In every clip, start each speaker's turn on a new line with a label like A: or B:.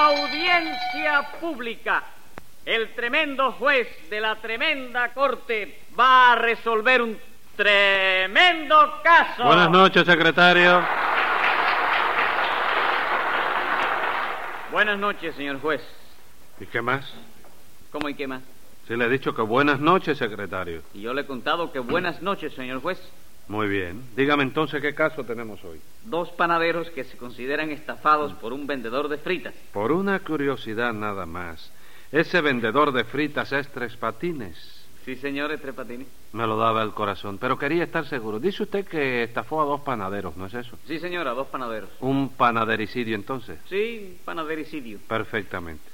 A: Audiencia pública. El tremendo juez de la tremenda corte va a resolver un tremendo caso.
B: Buenas noches, secretario.
A: Buenas noches, señor juez.
B: ¿Y qué más?
A: ¿Cómo y qué más?
B: Sí, le he dicho que buenas noches, secretario.
A: Y yo le he contado que buenas noches, señor juez.
B: Muy bien. Dígame entonces qué caso tenemos hoy.
A: Dos panaderos que se consideran estafados por un vendedor de fritas.
B: Por una curiosidad nada más. Ese vendedor de fritas es Tres Patines.
A: Sí, señores, Tres Patines.
B: Me lo daba el corazón, pero quería estar seguro. Dice usted que estafó a dos panaderos, ¿no es eso?
A: Sí, señora, dos panaderos.
B: Un panadericidio entonces.
A: Sí, panadericidio.
B: Perfectamente.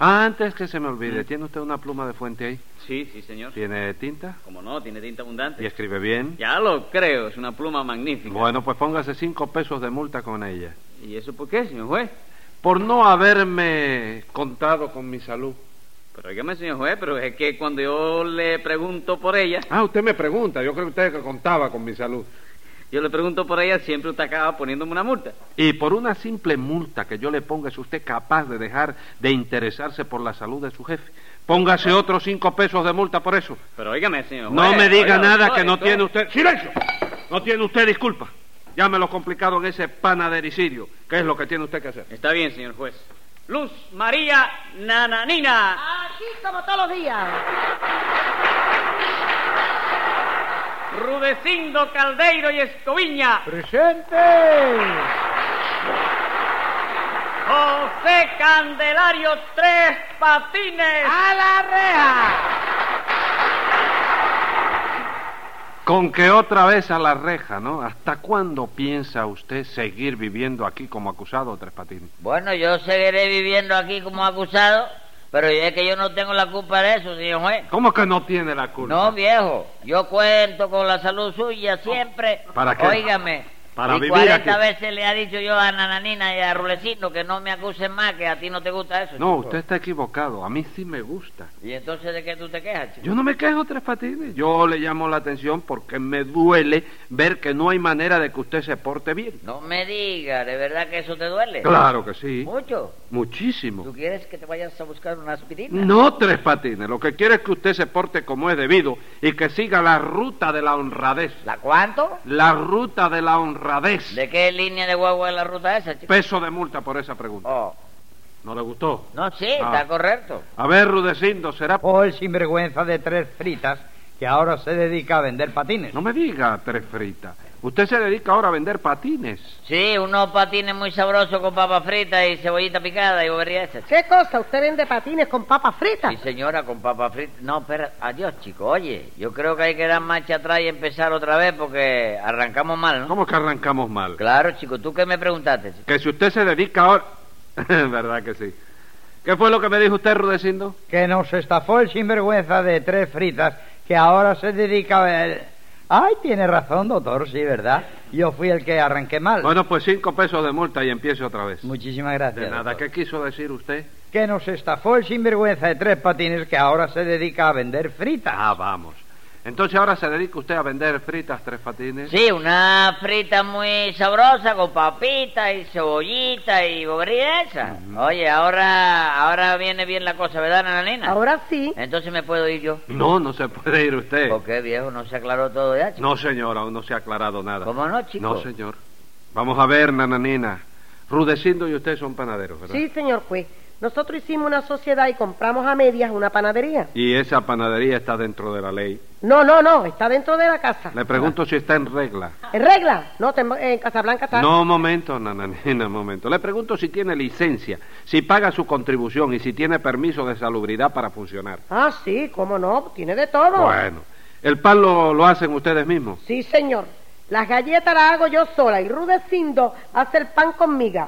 B: Ah, antes que se me olvide, ¿tiene usted una pluma de fuente ahí?
A: Mm. Sí, sí, señor.
B: ¿Tiene tinta?
A: Como no, tiene tinta abundante.
B: ¿Y escribe bien?
A: Ya lo creo, es una pluma magnífica.
B: Bueno, pues póngase cinco pesos de multa con ella.
A: ¿Y eso por qué, señor juez?
B: Por no haberme contado con mi salud.
A: Pero dígame, señor juez, pero es que cuando yo le pregunto por ella,
B: Ah, usted me pregunta. Yo creo que usted que contaba con mi salud.
A: yo le pregunto por ella, siempre usted acaba poniéndome una multa.
B: Y por una simple multa que yo le ponga, es usted capaz de dejar de interesarse por la salud de su jefe. Póngase otros cinco pesos de multa por eso.
A: Pero óigame, señor juez.
B: No me diga
A: oiga,
B: nada
A: doctor,
B: que no
A: doctor.
B: tiene usted. ¡Silencio! No tiene usted disculpa. Ya me lo complicaron ese panadericidio. ¿Qué es lo que tiene usted que hacer?
A: Está bien, señor juez. Luz María Nananina.
C: Aquí como todos los días.
A: Rudecindo Caldeiro y Escoviña.
D: ¡Presente!
A: José Candelario Tres Patines.
C: ¡A la reja!
B: Con que otra vez a la reja, ¿no? ¿Hasta cuándo piensa usted seguir viviendo aquí como acusado, Tres Patines?
E: Bueno, yo seguiré viviendo aquí como acusado, pero es que yo no tengo la culpa de eso, señor juez.
B: ¿Cómo que no tiene la culpa?
E: No, viejo, yo cuento con la salud suya siempre.
B: ¿Para qué?
E: Óigame.
B: Para
E: y
B: vivir
E: 40
B: aquí.
E: veces le ha dicho yo a Nananina y a Rulecito que no me acusen más, que a ti no te gusta eso.
B: No,
E: chico.
B: usted está equivocado. A mí sí me gusta.
E: ¿Y entonces de qué tú te quejas, chico?
B: Yo no me quejo, Tres Patines. Yo le llamo la atención porque me duele ver que no hay manera de que usted se porte bien.
E: No me digas, ¿de verdad que eso te duele?
B: Claro que sí.
E: ¿Mucho? ¿Tú
B: Muchísimo.
E: quieres que te vayas a buscar una aspirina?
B: No, Tres Patines. Lo que quiero es que usted se porte como es debido y que siga la ruta de la honradez.
E: ¿La cuánto?
B: La ruta de la honradez.
E: ¿De qué línea de guagua es la ruta esa, chico?
B: Peso de multa por esa pregunta.
E: Oh.
B: ¿No le gustó?
E: No, sí,
B: Ah.
E: está correcto.
B: A ver, Rudecindo, será...
D: O el sinvergüenza de tres fritas que ahora se dedica a vender patines.
B: No me diga, Tres Fritas. Usted se dedica ahora a vender patines.
E: Sí, unos patines muy sabrosos con papa frita y cebollita picada y bobería esa.
C: ¿Qué cosa? ¿Usted vende patines con papas fritas?
E: Sí, señora, con papa frita. No, espera, adiós, chico. Oye, yo creo que hay que dar marcha atrás y empezar otra vez porque arrancamos mal, ¿no?
B: ¿Cómo que arrancamos mal?
E: Claro, chico, ¿tú qué me preguntaste? chico?
B: Que si usted se dedica ahora... ¿Verdad que sí? ¿Qué fue lo que me dijo usted, Rudecindo?
D: Que nos estafó el sinvergüenza de tres fritas que ahora se dedica a ver... Ay, tiene razón, doctor, sí, ¿verdad? Yo fui el que arranqué mal.
B: Bueno, pues cinco pesos de multa y empiece otra vez.
D: Muchísimas gracias.
B: De nada,
D: doctor.
B: ¿qué quiso decir usted?
D: Que nos estafó el sinvergüenza de tres patines que ahora se dedica a vender fritas.
B: Ah, vamos. Entonces ahora se dedica usted a vender fritas, Tres Patines.
E: Sí, una frita muy sabrosa con papita y cebollita y bobería esa. Oye, ahora, ahora viene bien la cosa, ¿verdad, nananina?
C: Ahora sí.
E: Entonces me puedo ir yo.
B: No, no se puede ir usted.
E: ¿Por qué, viejo? ¿No se aclaró todo ya, chico?
B: No, señor, aún no se ha aclarado nada.
E: ¿Cómo no, chico?
B: No, señor. Vamos a ver, nananina. Rudecindo y usted son panaderos, ¿verdad?
C: Sí, señor juez. Nosotros hicimos una sociedad y compramos a medias una panadería.
B: Y esa panadería está dentro de la ley.
C: No, no, no. Está dentro de la casa.
B: Le pregunto si está en regla.
C: ¿En regla? No, tem- en Casablanca está.
B: No, momento, nananina, momento. Le pregunto si tiene licencia, si paga su contribución y si tiene permiso de salubridad para funcionar.
C: Ah, sí, cómo no. Tiene de todo.
B: Bueno, el pan lo, lo hacen ustedes mismos.
C: Sí, señor. Las galletas las hago yo sola y Rudecindo hace el pan con miga.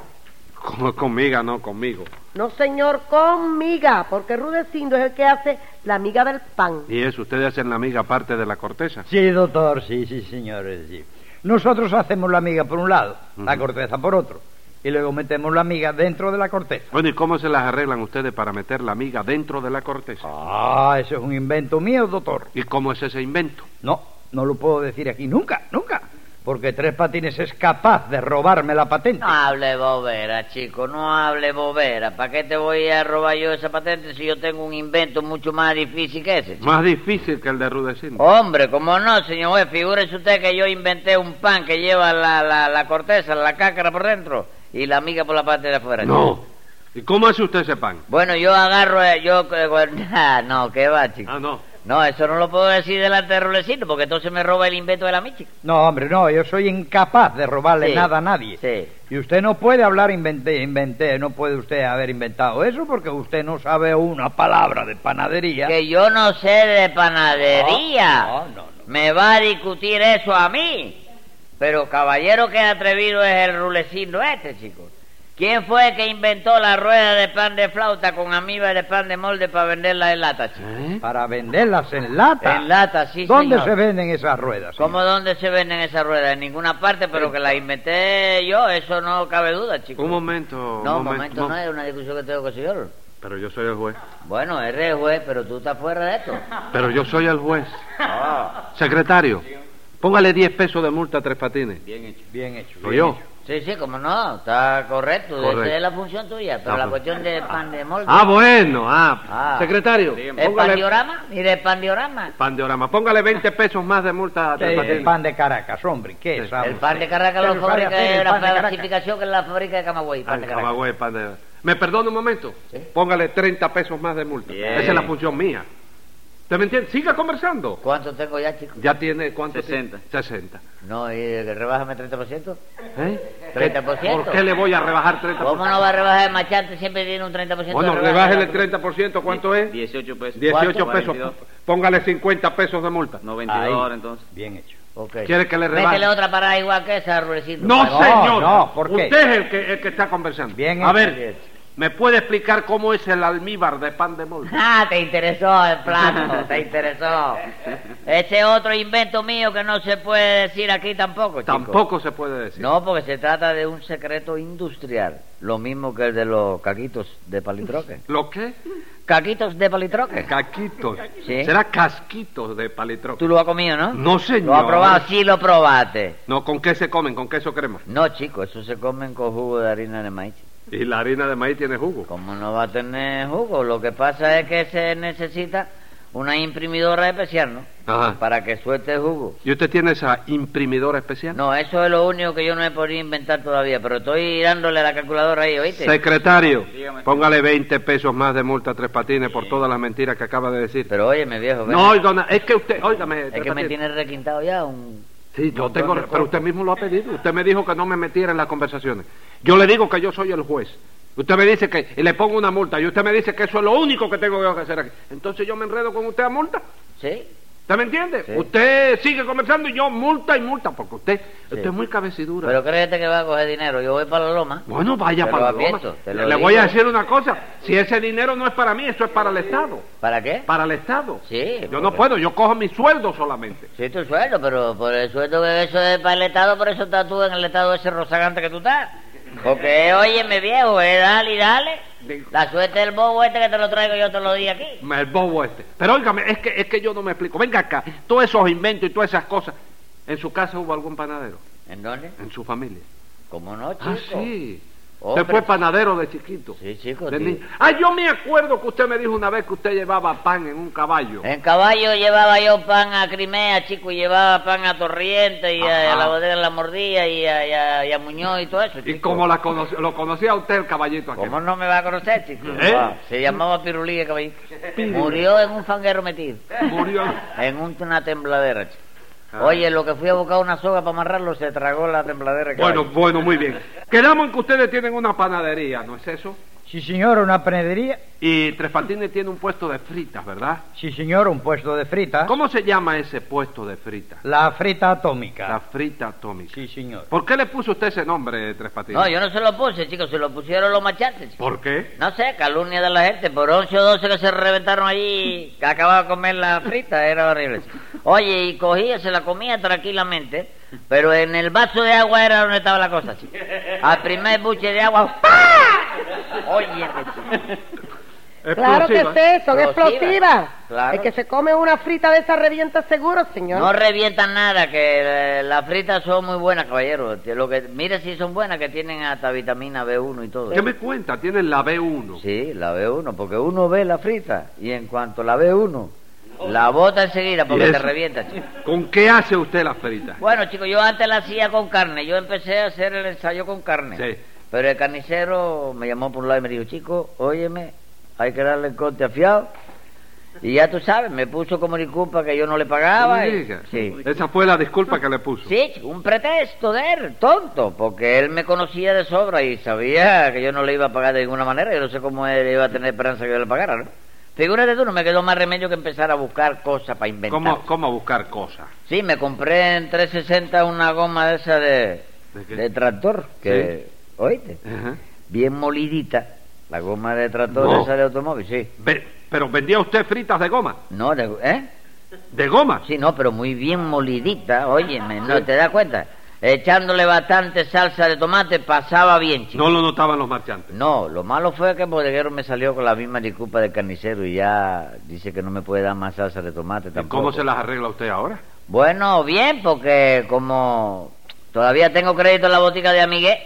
B: Con- conmigo, no, conmigo.
C: No, señor, con miga, porque Rudecindo es el que hace la miga del pan.
B: Y eso, ustedes hacen la miga parte de la corteza.
D: Sí, doctor, sí, sí, señores, sí. Nosotros hacemos la miga por un lado, la
B: Ujú.
D: corteza por otro, y luego metemos la miga dentro de la corteza.
B: Bueno, ¿y cómo se las arreglan ustedes para meter la miga dentro de la corteza?
D: Ah, eso es un invento mío, doctor.
B: ¿Y cómo es ese invento?
D: No, no lo puedo decir aquí nunca, nunca, porque Tres Patines es capaz de robarme la patente.
E: No hable bobera, chico, no hable bobera. ¿Para qué te voy a robar yo esa patente si yo tengo un invento mucho más difícil que ese? chico?
B: Más difícil que el de Rudecindo.
E: Hombre, como no, señor juez, figúrese usted que yo inventé un pan que lleva la, la, la corteza, la cácara por dentro y la miga por la parte de afuera.
B: no.
E: chico.
B: ¿Y cómo hace usted ese pan?
E: Bueno, yo agarro, eh, yo... eh, gu- Ah, no, ¿qué va, chico?
B: Ah, no.
E: No, eso no lo puedo decir delante de Rulecito, porque entonces me roba el invento de la mía, chico.
D: No, hombre, no, yo soy incapaz de robarle
E: Sí.
D: nada a nadie.
E: Sí.
D: Y usted no puede hablar inventé, inventé, no puede usted haber inventado eso porque usted no sabe una palabra de panadería.
E: Que yo no sé de panadería.
D: No, no, no.
E: Me va a discutir eso a mí. Pero caballero que atrevido es el rulecino este, chico. ¿Quién fue el que inventó la rueda de pan de flauta con amiba de pan de molde para venderla en lata, chico?
B: ¿Eh?
D: Para venderlas en lata.
E: En lata, sí,
D: ¿Dónde
E: señor.
D: se venden esas ruedas?
E: ¿Cómo dónde se venden esas ruedas? En ninguna parte, pero que la inventé yo, eso no cabe duda, chico.
B: Un momento.
E: No,
B: un momento,
E: no, es una discusión que tengo que señor.
B: Pero yo soy el juez.
E: Bueno, eres juez, pero tú estás fuera de esto.
B: Pero yo soy el juez.
E: Ah.
B: Secretario, póngale 10 pesos de multa a Tres Patines.
D: Bien hecho.
B: ¿Soy yo?
E: Sí, sí, como no, está correcto.
B: Correcto.
E: Esa es la función tuya, pero
B: Ah,
E: la
B: pues.
E: cuestión de pan de molde.
B: Ah, bueno. Ah,
E: Ah.
B: secretario,
E: ¿El
B: póngale...
E: pandiorama? Mire, el pandiorama.
B: Pandiorama. Póngale 20 pesos más de multa a Tres
D: El
B: Patines.
D: pan de Caracas, hombre, ¿qué
B: Sí.
D: sabe
E: El pan
D: usted?
E: de Caracas lo
D: Pero sabe
E: fabrica
D: hacer el
E: eh,
D: pan de
E: la
D: Caracas.
E: clasificación que es la fábrica de Camagüey. pan
B: Ay,
E: de Caracas.
B: Camagüey, pan de- ¿Me perdona un momento? Póngale 30 pesos más de multa.
A: Bien.
B: Esa es la función mía. ¿Usted me entiende? Siga conversando.
E: ¿Cuánto tengo ya, chico?
B: Ya tiene, ¿cuánto?
A: 60.
B: tiene? 60.
E: No, y eh, rebájame 30%.
B: ¿Eh?
E: 30%.
B: ¿Por qué le voy a rebajar 30%?
E: ¿Cómo no va a rebajar el machante? Siempre tiene un 30% de
B: Bueno,
E: rebaja.
B: rebájele 30%, ¿cuánto es?
A: 18 pesos.
B: 18
A: ¿Cuánto?
B: pesos.
A: 42.
B: Póngale 50 pesos de multa.
A: No,
D: Ahí.
A: 22 ahora entonces.
D: Bien hecho.
E: Ok.
B: ¿Quiere que le rebaje?
E: Métele otra parada igual que esa, Rulecito.
B: No,
E: Vale.
D: No,
B: señor.
D: no, ¿por qué?
B: Usted es el que, el que está conversando.
D: Bien
B: a
D: hecho,
B: ver,
D: bien
B: ¿me puede explicar cómo es el almíbar de pan de molde?
E: Ah, te interesó el plato, te interesó. Ese otro invento mío que no se puede decir aquí tampoco, chico.
B: Tampoco se puede decir.
E: No, porque se trata de un secreto industrial, lo mismo que el de los caquitos de palitroque.
B: ¿Lo qué?
E: ¿Caquitos de palitroque?
B: Caquitos.
E: Sí.
B: Será casquitos de palitrón.
E: Tú lo has comido, ¿no?
B: No, señor.
E: ¿Lo has probado? Sí, lo probaste.
B: No, ¿con qué se comen? ¿Con queso crema?
E: No, chico, eso se comen con jugo de harina de maíz.
B: Y la harina de maíz tiene jugo.
E: Como no va a tener jugo, lo que pasa es que se necesita una imprimidora especial, ¿no?
B: Ajá.
E: Para que suelte jugo.
B: ¿Y usted tiene esa imprimidora especial?
E: No, eso es lo único que yo no he podido inventar todavía, pero estoy dándole a la calculadora ahí, ¿oíste?
B: Secretario,
A: Dígame.
B: póngale 20 pesos más de multa a Tres Patines por todas las mentiras que acaba de decir.
E: Pero óyeme, viejo, ven.
B: no, oiga, na- es que usted, óigame,
E: es
B: Tres
E: que me
B: Patines.
E: tiene requintado ya un...
B: Sí, yo
E: montón
B: tengo,
E: de
B: re- pero
E: cosas.
B: usted mismo lo ha pedido. Usted me dijo que no me metiera en las conversaciones. Yo le digo que yo soy el juez. Usted me dice que y le pongo una multa y usted me dice que eso es lo único que tengo que hacer aquí. Entonces yo me enredo con usted a multa.
E: ¿Sí?
B: ¿Usted me entiende?
E: Sí.
B: Usted sigue conversando y yo multa y multa, porque usted, usted es muy cabecidura.
E: Pero créete que va a coger dinero, yo voy para la loma.
B: bueno, vaya
E: Te
B: para
E: lo
B: la loma.
E: advierto, te
B: Le
E: lo digo.
B: voy a decir una cosa. Si ese dinero no es para mí, eso es para el Estado.
E: ¿Para qué?
B: Para el Estado.
E: Sí,
B: Yo no
E: porque-
B: puedo, yo cojo mi sueldo solamente.
E: Sí, tu sueldo, pero por el sueldo que eso es para el Estado, por eso estás tú en el Estado ese rozagante que tú estás. Porque, óyeme, viejo, eh, dale y dale. La suerte del bobo este que te lo traigo yo te lo di aquí.
B: El bobo este. Pero óigame, es que, es que yo no me explico. Venga acá, todos esos inventos y todas esas cosas. ¿En su casa hubo algún panadero?
E: ¿En dónde?
B: ¿En su familia?
E: ¿Cómo no, chico?
B: Ah, sí.
E: Hombre.
B: Usted fue panadero de chiquito.
E: Sí, chico,
B: de
E: sí.
B: niño. Ah, yo me acuerdo que usted me dijo una vez que usted llevaba pan en un caballo.
E: En caballo llevaba yo pan a Crimea, chico, y llevaba pan a Torriente y a,
B: Ajá.
E: a la bodega de la Mordía y a, y a- y a Muñoz y todo eso.
B: ¿Y
E: chico.
B: como la conoce- lo conocía usted el caballito aquel?
E: ¿Cómo no me va a conocer, chico?
B: ¿Eh?
E: Ah, Se llamaba Pirulí el caballito. Murió en un fanguero metido.
B: Murió.
E: En un- una tembladera, chico.
B: Ah.
E: Oye, lo que fui a buscar una soga para amarrarlo se tragó la tembladera. el
B: Bueno, pues,
E: caballo.
B: bueno, muy bien. Quedamos en que ustedes tienen una panadería, ¿no es eso?
D: Sí, señor, una panadería.
B: Y Tres Patines tiene un puesto de fritas, ¿verdad?
D: Sí, señor, un puesto de frita.
B: ¿Cómo se llama ese puesto de fritas?
D: La frita atómica.
B: La Pues- frita atómica.
D: Sí, señor.
B: ¿Por qué le puso usted ese nombre, Tres Patines?
E: No, yo no se lo puse, chicos, se lo pusieron los machantes. chico.
B: ¿Por qué?
E: No sé, calumnia de la gente. Por 11 o 12 que se reventaron allí, que acababa de comer la frita, era horrible. Oye, y cogía, se la comía tranquilamente, pero en el vaso de agua era donde estaba la cosa, chico. Al primer buche de agua, ¡pa! Oye, chico.
C: Claro que
B: Explosiva.
C: sí, son
E: Explosiva.
C: explosivas.
E: Claro.
C: El que se come una frita de esas revienta seguro, señor.
E: No revientan nada, que eh, las fritas son muy buenas, caballero. Lo que, mire si son buenas, que tienen hasta vitamina B1 y todo.
B: ¿Qué me cuenta? Tienen la B1.
E: Sí, la ve uno, porque uno ve la frita y en cuanto la ve uno, la bota enseguida porque
B: ¿Y
E: te
B: eso?
E: revienta, chico.
B: ¿Con qué hace usted las fritas?
E: Bueno, chicos, yo antes la hacía con carne, yo empecé a hacer el ensayo con carne.
B: Sí.
E: Pero el carnicero me llamó por un lado y me dijo, chico, óyeme, hay que darle el corte afiado. Y ya tú sabes, me puso como disculpa que yo no le pagaba. y-
B: Diga.
E: eh. Sí.
B: Esa fue la disculpa que le puso.
E: Sí, chico, un pretexto de él, tonto, porque él me conocía de sobra y sabía que yo no le iba a pagar de ninguna manera. Yo no sé cómo él iba a tener esperanza que yo le pagara, ¿no? Figúrate tú, no me quedó más remedio que empezar a buscar cosas para inventar.
B: ¿Cómo, cómo buscar cosas?
E: Sí, me compré en 360 una goma de esa de,
B: ¿De qué?
E: de tractor, que, oíste,
B: Ajá.
E: bien molidita, la goma de tractor
B: No.
E: esa de automóvil, sí.
B: Ve- pero vendía usted fritas de goma.
E: No, de- ¿eh?
B: ¿De goma?
E: Sí, no, pero muy bien molidita, óyeme, ¿no te das cuenta? Echándole bastante salsa de tomate, pasaba bien, chico.
B: No lo notaban los marchantes.
E: No, lo malo fue que el bodeguero me salió con la misma disculpa del carnicero y ya dice que no me puede dar más salsa de tomate
B: ¿Y
E: tampoco.
B: ¿Cómo se las arregla usted ahora?
E: Bueno, bien, porque como todavía tengo crédito en la botica de Amigué,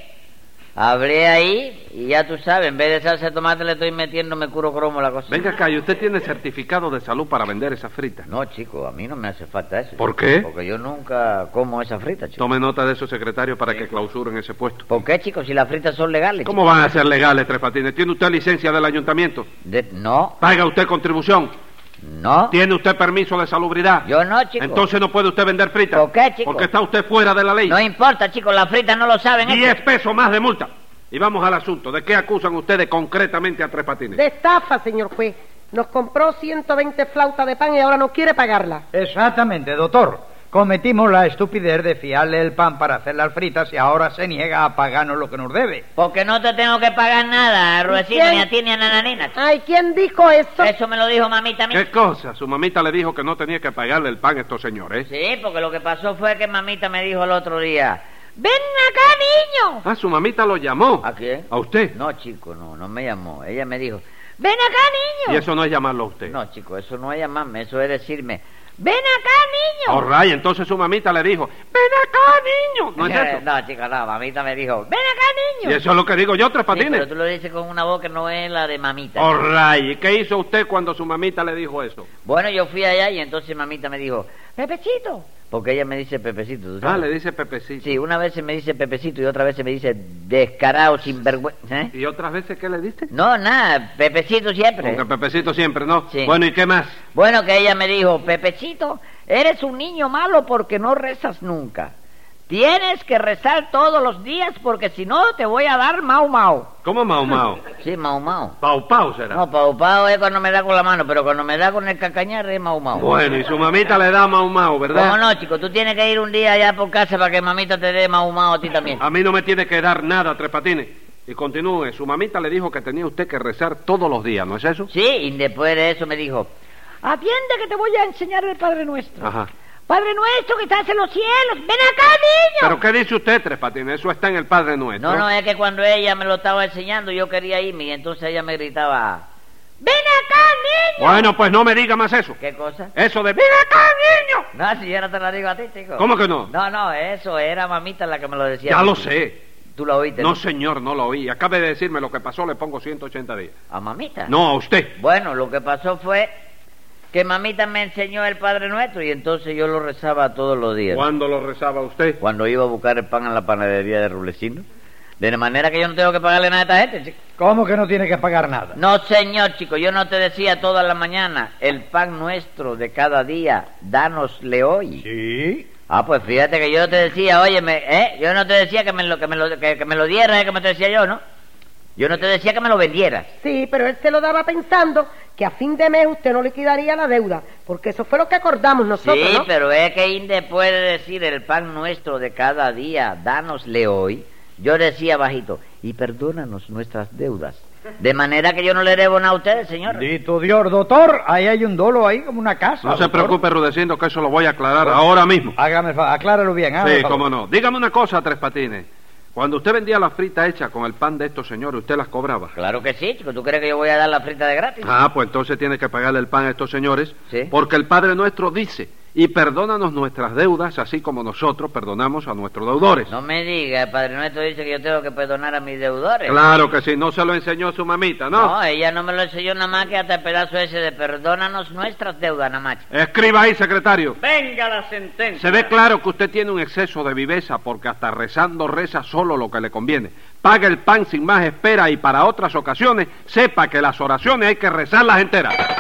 E: hablé ahí y ya tú sabes, en vez de salsa de tomate le estoy metiendo me curo cromo la cosa.
B: Venga acá, ¿y usted tiene certificado de salud para vender esas fritas?
E: No, chico, a mí no me hace falta eso.
B: ¿Por qué?
E: Porque yo nunca como esa frita, chico.
B: Tome nota de su secretario para que clausuren ese puesto.
E: ¿Por qué, chicos? Si las fritas son legales.
B: ¿Cómo van a ser legales, Tres Patines? ¿Tiene usted licencia del ayuntamiento?
E: chico. De- No,
B: ¿Paga usted contribución?
E: no.
B: ¿Tiene usted permiso de salubridad?
E: Yo no, chico.
B: Entonces no puede usted vender fritas.
E: ¿Por qué, chico?
B: Porque está usted fuera de la ley.
E: No importa, chicos, las fritas no lo saben. ¿eh?
B: Diez pesos más de multa. Y vamos al asunto. ¿De qué acusan ustedes concretamente a Tres Patines?
C: De estafa, señor juez. Nos compró 120 flautas de pan y ahora no quiere pagarla.
D: Exactamente, doctor. Cometimos la estupidez de fiarle el pan para hacer las fritas y ahora se niega a pagarnos lo que nos debe.
E: Porque no te tengo que pagar nada, Ruecina,
C: quién?
E: ni a ti ni a Nananina. chico.
C: Ay, ¿quién dijo eso?
E: Eso me lo dijo mamita mía.
B: ¿Qué cosa? Su mamita le dijo que no tenía que pagarle el pan a estos señores.
E: Sí, porque lo que pasó fue que mamita me dijo el otro día, ven acá, niño.
B: Ah, su mamita lo llamó.
E: ¿A quién?
B: ¿A usted?
E: No, chico, no, no me llamó. Ella me dijo, ven acá, niño.
B: Y eso no es llamarlo a usted.
E: No, chico, eso no es llamarme, eso es decirme, ven acá, niño.
B: All right, Oh, entonces su mamita le dijo, ven acá, niño. ¿No es eso?
E: no, chico, no, mamita me dijo, ven acá,
B: Y
E: Eh, niño.
B: eso es lo que digo yo, Tres
E: Sí, pero
B: Patines.
E: tú lo dices con una voz que no es la de mamita.
B: All right, ¿y qué hizo usted cuando su mamita le dijo eso?
E: Bueno, yo fui allá y entonces mamita me dijo, Pepecito. Porque ella me dice Pepecito, ¿tú
B: Ah,
E: sabes?
B: le dice Pepecito.
E: Pues Sí, una vez se me dice Pepecito y otra vez se me dice descarado, sinvergüenza. ¿eh?
B: ¿Y otras veces qué le dice?
E: No, nada, Pepecito siempre.
B: Porque Pepecito siempre, ¿no?
E: Sí.
B: Bueno, ¿y qué más?
E: Bueno, que ella me dijo, Pepecito, eres un niño malo porque no rezas nunca. Tienes que rezar todos los días porque si no te voy a dar mau mau.
B: ¿Cómo Mau Mau?
E: Sí, mau mau.
B: Pau Pau será.
E: No, pau pau es cuando me da con la mano, pero cuando me da con el cacañar es mau mau.
B: Bueno, y su mamita le da Mau Mau, ¿verdad?
E: ¿Cómo no, chico? Tú tienes que ir un día allá por casa para que mamita te dé mau mau a ti también.
B: A mí no me tiene que dar nada, Tres Patines. Y continúe, su mamita le dijo que tenía usted que rezar todos los días, ¿no es eso?
E: Sí, y después de eso me dijo, atiende que te voy a enseñar el Padre Nuestro.
B: Ajá.
E: Padre Nuestro que estás en los cielos, ven acá, niño.
B: ¿Pero qué dice usted, Tres Patines? Eso está en el Padre Nuestro.
E: No, no, es que cuando ella me lo estaba enseñando yo quería irme y entonces ella me gritaba, ¡Ven acá, niño!
B: Bueno, pues no me diga más eso.
E: ¿Qué cosa?
B: Eso de... ¡Mira acá, niño!
E: No, si yo no te lo digo a ti, chico.
B: ¿Cómo que no?
E: No, no, eso era mamita la que me lo decía.
B: Ya lo sé.
E: ¿Tú lo oíste?
B: No, señor, no lo oí. Acabe de decirme lo que pasó, le pongo 180 días.
E: ¿A mamita?
B: No, a usted.
E: Bueno, lo que pasó fue que mamita me enseñó el Padre Nuestro y entonces yo lo rezaba todos los días.
B: ¿Cuándo lo rezaba usted?
E: Cuando iba a buscar el pan en la panadería de Rulecino. De manera que yo no tengo que pagarle nada a esta gente, chico.
D: ¿Cómo que no tiene que pagar nada?
E: No, señor, chico, yo no te decía toda la mañana, el pan nuestro de cada día, dánosle hoy.
D: Sí.
E: Ah, pues fíjate que yo te decía, óyeme, ¿eh? Yo no te decía que me lo, que me lo, que, que me lo dieras, ¿eh? que me te decía yo, ¿no? Yo no te decía que me lo vendieras.
C: Sí, pero él se lo daba pensando que a fin de mes usted no liquidaría la deuda, porque eso fue lo que acordamos nosotros,
E: sí,
C: ¿no?
E: pero es que Inde puede decir el pan nuestro de cada día, dánosle hoy. Yo decía bajito, y perdónanos nuestras deudas. De manera que yo no le debo nada a ustedes, señor.
D: Dito Dios, doctor, ahí hay un dolo ahí como una casa.
B: No se
D: doctor. Ah,
B: preocupe, Rudecindo, que eso lo voy a aclarar ahora mismo.
D: Hágame, el fa- acláralo bien. hágame el
B: Sí,
D: favor.
B: cómo no. Dígame una cosa, Tres Patines. Cuando usted vendía las fritas hechas con el pan de estos señores, usted las cobraba.
E: Claro que sí, chico. ¿Tú crees que yo voy a dar la frita de gratis?
B: Ah, pues entonces tiene que pagarle el pan a estos señores,
E: Sí.
B: porque el Padre Nuestro dice, y perdónanos nuestras deudas, así como nosotros perdonamos a nuestros deudores.
E: No me digas, Padre Nuestro dice que yo tengo que perdonar a mis deudores.
B: Claro que sí, no se lo enseñó su mamita, ¿no?
E: No, ella no me lo enseñó nada más que hasta el pedazo ese de perdónanos nuestras deudas, nada más. chico.
B: Escriba ahí, secretario.
A: Venga la sentencia.
B: Se ve claro que usted tiene un exceso de viveza porque hasta rezando reza solo lo que le conviene. Paga el pan sin más espera y para otras ocasiones sepa que las oraciones hay que rezarlas enteras.